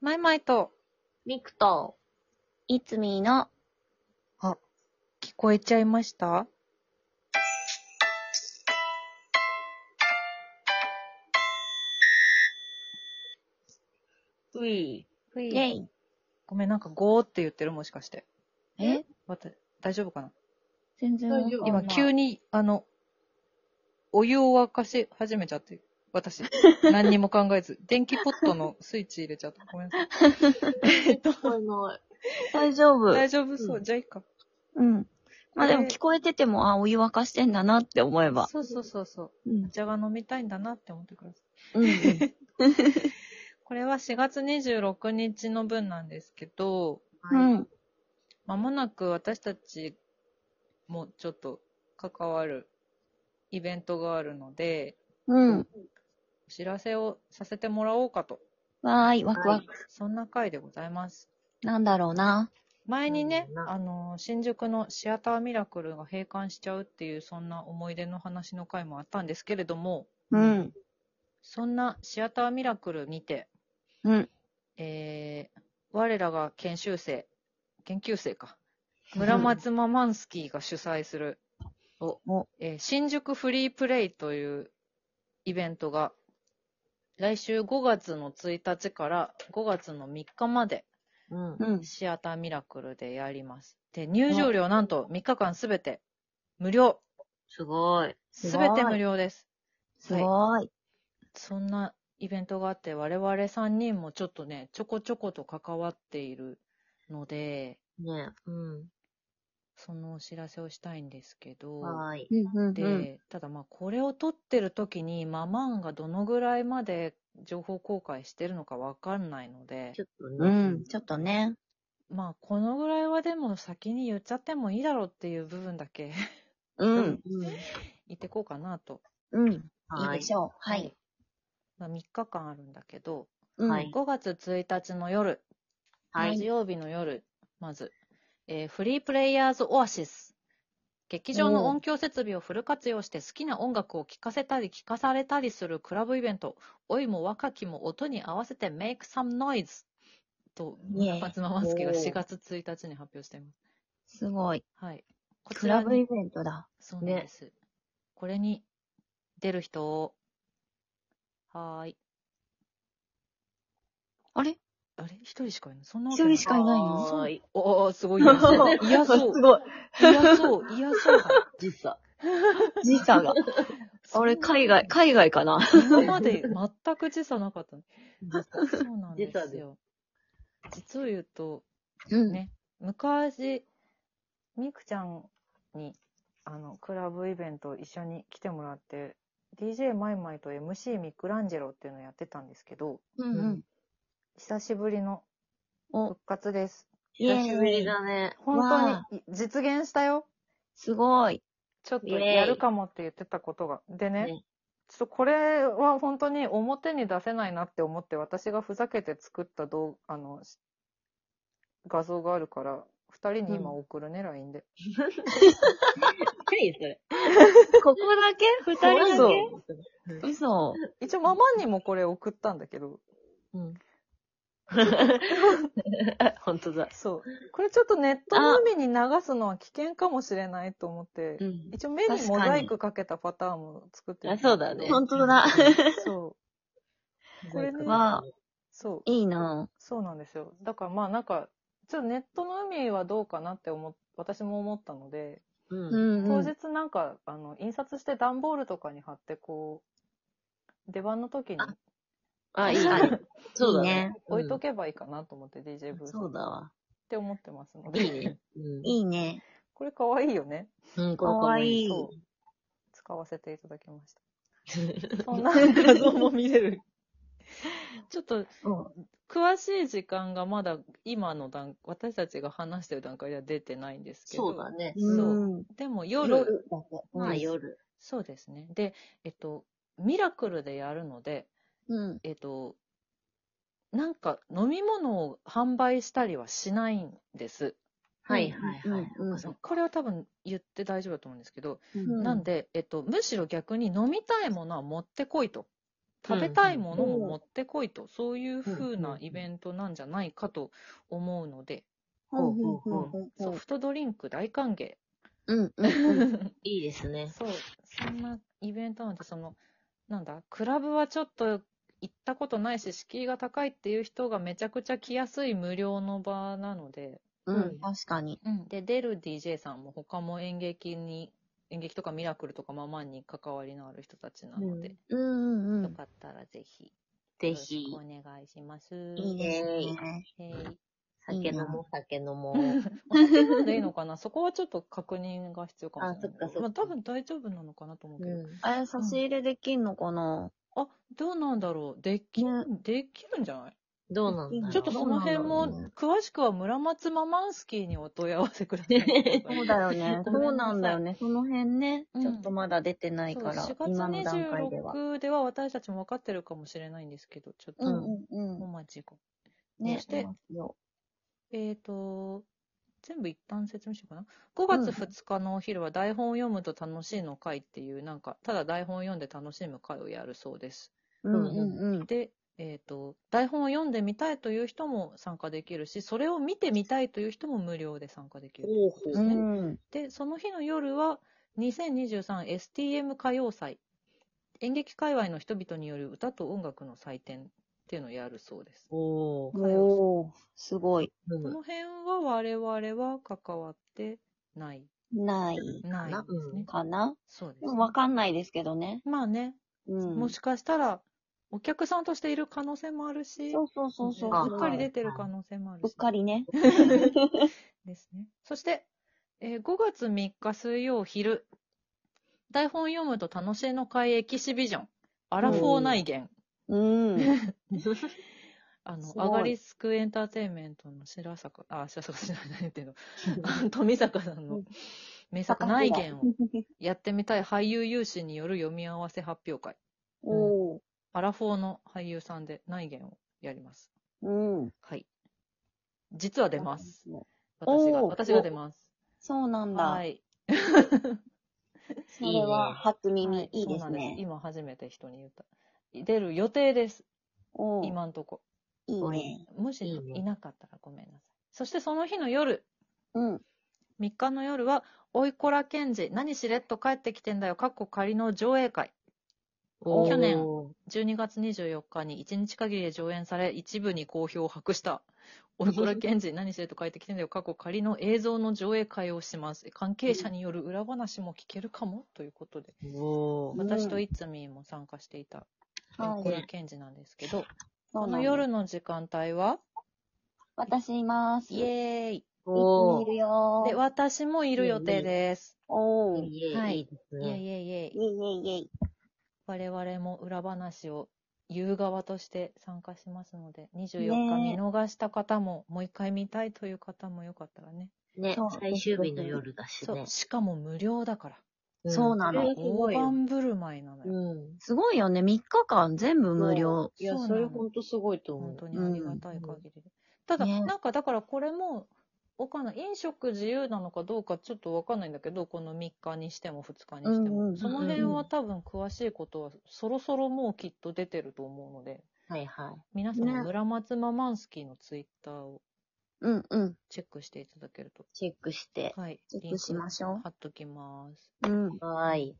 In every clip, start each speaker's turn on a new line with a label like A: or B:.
A: マイマイと、
B: ミクと、いつみーの、
A: 聞こえちゃいました
B: うい、
A: イ
B: イェイ。
A: ごめん、なんかゴーって言ってるもしかして。
B: え
A: また、大丈夫かな
B: 全然
A: 大丈夫今、急
B: に。
A: に、あの、お湯を沸かし始めちゃって、 私。何にも考えず。電気ポットのスイッチ入れちゃった。ごめんなさい。 えっと、
B: 大丈夫。
A: 大丈夫そう。
B: うん
A: じゃあいいか。
B: うん。まあでも
A: えー
B: 聞こえてても、あ、お湯沸かしてんだなって思えば。
A: そうそうそうそう。
B: うん
A: お。茶は飲みたいんだなって思ってください。
B: うん。
A: これは4月26日の分なんですけど、
B: うん。
A: まもなく私たちもちょっと関わるイベントがあるので、
B: うん。
A: お知らせをさせてもらおうかと、
B: わーい、ワクワク。
A: そんな回でございます。
B: なんだろうな。
A: 前にね
B: うん、な
A: あの、新宿のシアターミラクルが閉館しちゃうっていう、そんな思い出の話の回もあったんですけれども、
B: うん。
A: そんなシアターミラクルにて、
B: うん。
A: えー、我らが研修生、研究生か、村 松ママンスキーが主催する、
B: お
A: えー新宿フリープレイというイベントが、来週5月の1日から5月の3日まで、
B: うん。うん。
A: シアターミラクルでやります。で、入場料なんと3日間すべて無料。
B: すごい。
A: す
B: すごい
A: べて無料です。
B: すごい。
A: そんなイベントがあって、我々3人もちょっとね、ちょこちょこと関わっているので、
C: ね、うん。
A: そのお知らせをしたいんですけど、
C: はーい。
B: うんうん
A: で、ただまあこれを撮ってる時にママンがどのぐらいまで情報公開してるのかわかんないので
C: ちょっと
B: う
C: ね。
B: ん。うん。ちょっとね。
A: まあこのぐらいはでも先に言っちゃってもいいだろうっていう部分だけ
B: う
C: うん
B: ん。。
A: 言ってこうかなと、
B: うん。い
C: はい
B: でしょう。はい。
A: まあ、3日間あるんだけど
B: うん
C: はい
A: 5月1日の夜、
C: はい。
A: 日曜日の夜まず、えーフリープレイヤーズオアシス劇場の音響設備をフル活用して好きな音楽を聴かせたり聴かされたりするクラブイベント老いも若きも音に合わせて Make some noise と
B: イエーイ
A: 村松ママスキが
C: おー
A: 4月1日に発表しています。
B: すごい。
A: はい。こ
B: ク
A: ち
B: ラ
A: ら
B: ブイ
A: に、
B: ベントだ。
A: そうなんです。これに出る人を、はーい。
B: あれ
A: あれ一人しかいない。そんなわけ
B: 一人しかいないの
A: そう
C: はーい。
A: おー、すごい嫌そう。嫌そう。
C: すごい。
A: 嫌そう。嫌そうだ。
C: 実際。
B: 時差が。 あれ、海外、海外かな
A: 今まで全く時差なか ったね。そうなんで
C: 時差
A: す
C: で
A: よ。実を言うと、
B: うん
A: ね昔、みくちゃんに、あの、クラブイベント一緒に来てもらって、DJ マイマイと MC ミクランジェロっていうのやってたんですけど、
B: うんうん。
A: 久しぶりの
B: お
A: 復活です。
B: イエーイ
C: 久しぶりだね。
A: 本
B: わ
A: 当にい実現したよ。
B: すごい。
A: ちょっと
C: イエーイ
A: やるかもって言ってたことが。でね、
C: ね
A: ちょっとこれは本当に表に出せないなって思って、私がふざけて作った動あの、し画像があるから、二人に今送るね、LINE、で。
C: 何それ。
B: ここだけ二人だ
C: そう
B: け嘘。
A: 一応ママにもこれ送ったんだけど、
C: うん。本当だ。
A: そう。これちょっとネットの海に流すのは危険かもしれないと思って、
C: うん。
A: 一応目にモザイクかけたパターンも作ってる
C: あ、そうだね。
B: 本当だ。
A: そう。これね、
B: わあ、
A: そう。
B: いいな
A: そうなんですよ。だからまあなんか、ちょっとネットの海はどうかなって思っ、私も思ったので、
C: う
B: ぁ。
C: ん。
B: うん
A: 当
B: うん。
A: 日なんか、あの、印刷して段ボールとかに貼って、こう、出番の時に
C: あ、いいね。そうだね。
A: 置いとけばいいかなと思って、DJ ブース
C: そう
A: っ
C: だわ。
A: て思ってますので。
C: いいね。
B: いいね。
A: これ可愛いよね。
C: うん。うん、
B: かわいい。
A: そう。使わせていただきま した。そんな画像も見れ る。ちょっと、
B: うん
A: 詳しい時間がまだ今の段、私たちが話してる段階では出てないんですけど。
C: そうだね。
A: そ
B: うん。
A: でも
B: 夜
A: 夜、
B: だけ。
C: まあ夜。
A: そうですね。で、えっと、ミラクルでやるので、
B: うん。
A: えっと、なんか飲み物を販売したりはしないんです。
C: はいはいはい。
B: うんうん
C: そっか
A: これは多分言って大丈夫だと思うんですけど、
B: うん
A: なんで、えっと、むしろ逆に飲みたいものは持ってこいと。食べたいものを
C: うん
A: 持ってこいと、そういうふう
C: うん
A: な
C: うん
A: イベントなんじゃないかと思うので、
C: ほうほうほう
A: ソフトドリンク大歓迎。
B: うん、うん、うん。
C: いいですね。
A: そう、そんなイベントなんて、その、なんだ、クラブはちょっと行ったことないし、敷居が高いっていう人がめちゃくちゃ来やすい無料の場なので、
B: うん、確かに。
A: で、出る DJ さんも他も演劇に、演劇とかミラクルとかママに関わりのある人たちなので、
B: うん、うん、う
A: よ
B: ん。
A: かったらぜひ、
C: ぜひ
A: よ、ろしくお願いします。
B: いいですね。
A: え
C: 酒飲もう、酒飲もう。
A: ーでいいのかなそこはちょっと確認が必要かもしれないけど。
C: あそっかそっか
A: まあ多分大丈夫なのかなと思うけど。
B: あれ、差し入れできんのかな
A: あ、どうなんだろう。でき、
B: ね
A: できるんじゃない
C: どうなんだろう
A: ちょっとその辺
B: どうなんだ
A: も、詳しくは村松ママンスキーにお問い合わせください。
B: そうだよ ね。
A: ごめんなさい
B: そうなんだよね。その辺ね、
A: うん
B: ちょっとまだ出てない
A: そう
B: から、
A: 4月
B: 今の段階では。
A: 26では私たちも分かってるかもしれないんですけど、ちょっと
B: うんうん
A: お
B: う
A: 待ちを。
B: ん。ね、
A: そして
B: 出ますよ
A: えっ、と、全部一旦説明しようかな。5月2日のお昼は台本を読むと楽しいの会っていう、なんか、ただ台本を読んで楽しむ会をやるそうです。
B: うんうんうん。
A: で、えー、と台本を読んでみたいという人も参加できるしそれを見てみたいという人も無料で参加できるということです
B: う
A: ね。
B: ん。
A: でその日の夜は 2023STM 歌謡祭演劇界隈の人々による歌と音楽の祭典っていうのをやるそうです。
C: おー。
B: おー、すごい。
C: う
A: こ
C: ん
A: の辺は我々は関わってない。
B: ない
A: ない
C: な
A: ですね。
B: かな
A: そうです、ね。
B: わかんないですけどね。
A: まあね、
B: うん。
A: もしかしたらお客さんとしている可能性もあるし、
B: そうそうそうそう。
C: あ
A: うっかり出てる可能性もあるし。
B: うっかりね。
A: ですね。そして、えー5月3日水曜昼、台本読むと楽しいの会エキシビジョン、アラフォー内言、
B: うん。
A: あの、
B: すごい
A: アガリスクエンターテインメントの白坂、あ、白坂じゃない けど、あの富坂さん
B: う
A: の
B: ん
A: 名作内言をやってみたい俳優有志による読み合わせ発表会、
B: おー。
A: アラフォーの俳優さんで内言をやります。
B: うん。
A: はい。実は出ます。。私が、
B: おー
A: 私が出ます。
B: そうなんだ
A: は。い。
B: それは初
A: は
B: 耳。いいで
A: そ
B: す
A: うなんです
B: ね。
A: 今初めて人に言った。出る予定です。
B: おー。
A: 今んとこ。
B: いいね。
A: もし
C: いいね
A: いなかったらごめんなさい。そしてその日の夜、
B: うん。
A: 3日の夜は、おいこらけんじ、何しれっと帰ってきてんだよ、かっこ仮の上映会。
C: おー
A: 去年12月24日に1日限りで上演され、一部に好評を博 した。おいこらけんじ、何しれっと帰ってきてんだよ、かっこ仮の映像の上映会をします。関係者による裏話も聞けるかもということで、
C: おー。
B: うん
A: 私といつみーも参加していた、
B: はい
A: おいこらけんじなんですけど、
B: そう
A: こ
B: な
A: の
B: んだ
A: 夜の時間帯は、
B: 私います。
A: イエーイ。
B: い
C: お
B: るよー。
A: で、私もいる予定です。
B: お
C: ー。
B: ー。イ
C: いい
A: は
C: え
A: い
C: いいです
A: イェ
C: ね。
A: イイェイイェイ。
B: ェイイェイイェイ。
A: 我々も裏話を言う側として参加しますので、24日
B: ねえ
A: 見逃した方も、もう一回見たいという方もよかったらね。
C: ね
B: そう、
C: 最終日の夜だし
A: そ
C: ね
A: う、。しかも無料だから。
B: そうなの
C: それがす
A: 大
C: ごいよ。
A: 盤振る舞いなのよ。
C: うん。
B: すごいよね。3日間全部無料。
C: いや、
A: そうなの
C: それほんとすごいと思
A: 本
C: う。
A: 当にありがたい限りで。ただ、
B: ねえ
A: なんかだからこれも、わかんない。飲食自由なのかどうかちょっとわかんないんだけど、この3日にしても2日にしても。
B: うんうん
A: その辺は多分詳しいことはそろそろもうきっと出てると思うので、
C: はいはい。
A: 皆さん
B: ね
A: も村松ママンスキーのツイッターを
B: うんうん。
A: チェックしていただけると。
B: チェックして。
A: はい。
B: チェックしましょう
A: リンク貼っときます。
B: うん。
C: はーい。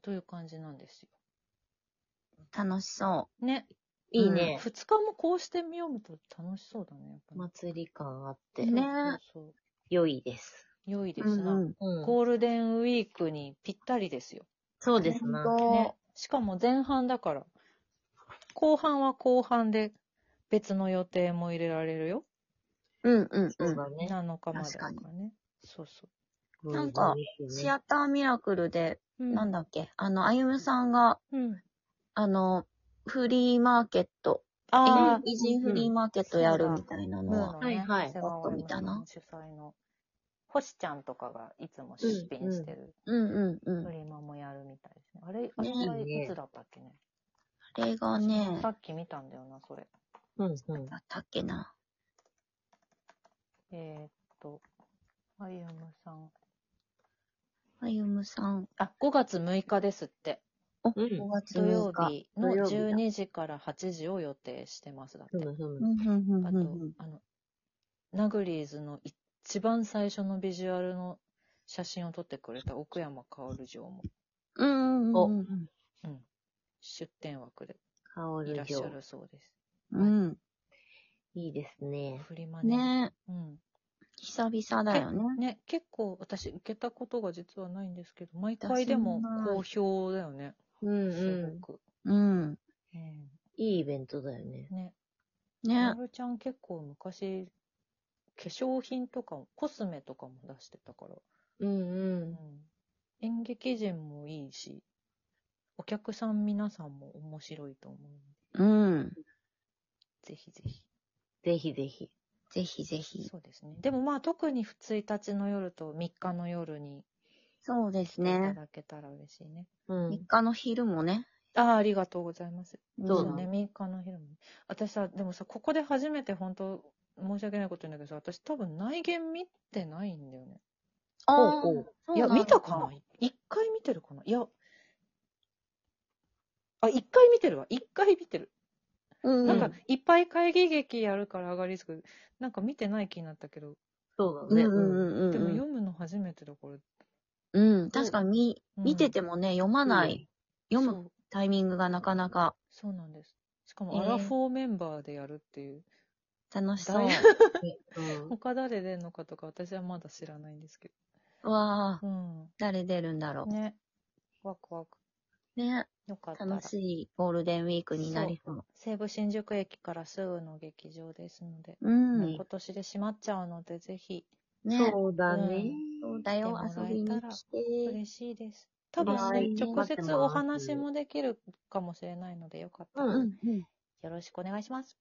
A: という感じなんですよ。
B: 楽しそ
A: ね。
C: いいね。
A: 2日もこうしてみようと楽しそうだね。やっぱり
C: 祭り感あって、
B: ね。
A: そうそうそう
C: 良いです。
A: 良いうですな、
B: うん
C: うん
A: ゴールデンウィークにぴったりですよ。
C: そうですな。
B: 本当
A: ね。しかも前半だから。後半は後半で別の予定も入れられるよ。
B: うんうん。
C: そううんだね。
A: 7日までだ
B: 確
A: か
B: からに
A: ね。そうそ
B: なんかシアターミラクルで、
A: う。う
B: なんだっけ、あの、あゆむさんが、
A: うん。
B: あの、フリーマーケット、
A: ああ、
B: 偉人フリーマーケットやるみたいなの
A: ムー
B: は、
A: の
C: はい
A: ね、
C: はい
A: 瀬川
B: ちょっと見たな
A: 主催の、星ちゃんとかがいつも出品してる、
B: うんうんうん
A: フ。リマもやるみたいですね。あれ、あれはい
C: いね
A: つだったっけね。
B: あれがね、
A: さっき見たんだよな、それ。
C: うんうん
B: だ。ったっけな。
A: えー、っと、あゆむさん。
B: あゆむさん。
A: あ、5月6日ですって。
C: う
B: 5
C: ん。
B: 月
A: 土曜
B: 6日。
A: 日の
C: 土曜日だ
A: 12時から8時を予定してますだって
C: ふ。むふ
B: う
C: む。
B: んうん
A: あ
B: うんう
A: とあ
B: ん、
A: の、ナグリーズの一番最初のビジュアルの写真を撮ってくれた奥山薫城も
B: うんうんうん
A: 出展枠で
C: カオ
A: いら
C: ル
A: っしゃ
C: 城。
A: るそうです。
B: うん。
C: いいですね。
A: フリマ
B: うん。
A: ね。
B: ね
A: うん。
B: 久々だよね。
A: ね、結構私受けたことが実はないんですけど、毎回でも
B: 私もない
A: 好評だよね。
C: うん
A: す
C: う
A: ごく。
B: うん。
A: うん
C: いいイベントだよね。
A: ね、
B: ね
A: な。るちゃん結構昔、化粧品とかも、コスメとかも出してたから。
C: うん
A: うん。演劇人もいいし、お客さん皆さんも面白いと思うの
B: うん。
A: で、ぜひぜひ。
C: ぜひぜひ。
B: ぜひぜひ。
A: そうですね。でもまあ特に1日の夜と3日の夜に
B: そうで
A: 来て
B: す
A: いた
B: ね。
A: だけたら嬉しいね。
C: うん。
B: 3日の昼もね。
A: ああ、ありがとうございます。
C: そうな
A: そ
C: の
A: うね、3日の昼も。私さ、でもさ、ここで初めて本当、申し訳ないこと言うんだけどさ、私多分内見見てないんだよね。
B: あ
C: ほう
B: あ
C: ほう
B: そう
A: いや、
B: なんだ
A: 見たかな一回見てるかないや、あ、一回見てるわ。一回見てる。
B: うん。
A: なんか、いっぱい会議劇やるから上がりすく、なんか見てない気になったけど、
C: そうだ
B: うん
C: ね。
B: うん
C: うん
B: うん
A: でも
B: うん
A: 読むの初めてだから。
B: うん。うん。確かに
A: う
B: 見
A: ん
B: 見ててもね、読まない、読
A: そ
B: む
A: う
B: タイミングがなかなか
A: そうなんです。しか
B: え
A: も、
B: ー
A: アラフォーメンバーでやるっていう。
B: 楽しそう
A: だ。
C: うん。
A: 他誰出るのかとか私はまだ知らないんですけ
B: うわあ、
A: ど。うん。
B: 誰出るんだろ
A: ね。ワクワク。
B: う。ね。
A: よかったら
B: 楽。しいゴールデンウィークになりそう。
A: 西武新宿駅からすぐの劇場ですので。
B: う
A: ね
B: ん。
A: 今年で閉まっちゃうので、ぜひ、
B: ね。
C: そうだね。
B: そうだよ、
A: 来てもら
B: 遊
A: え
B: び
A: た
B: に
A: ら
B: 来て。
A: 嬉しいです。多分
B: は
A: ね
B: い、
A: 直
C: 待って
A: 接
C: ます
A: お話もできるかもしれないので、よかったら、
C: う
A: よ
B: んうん。
A: ろしくお願いします。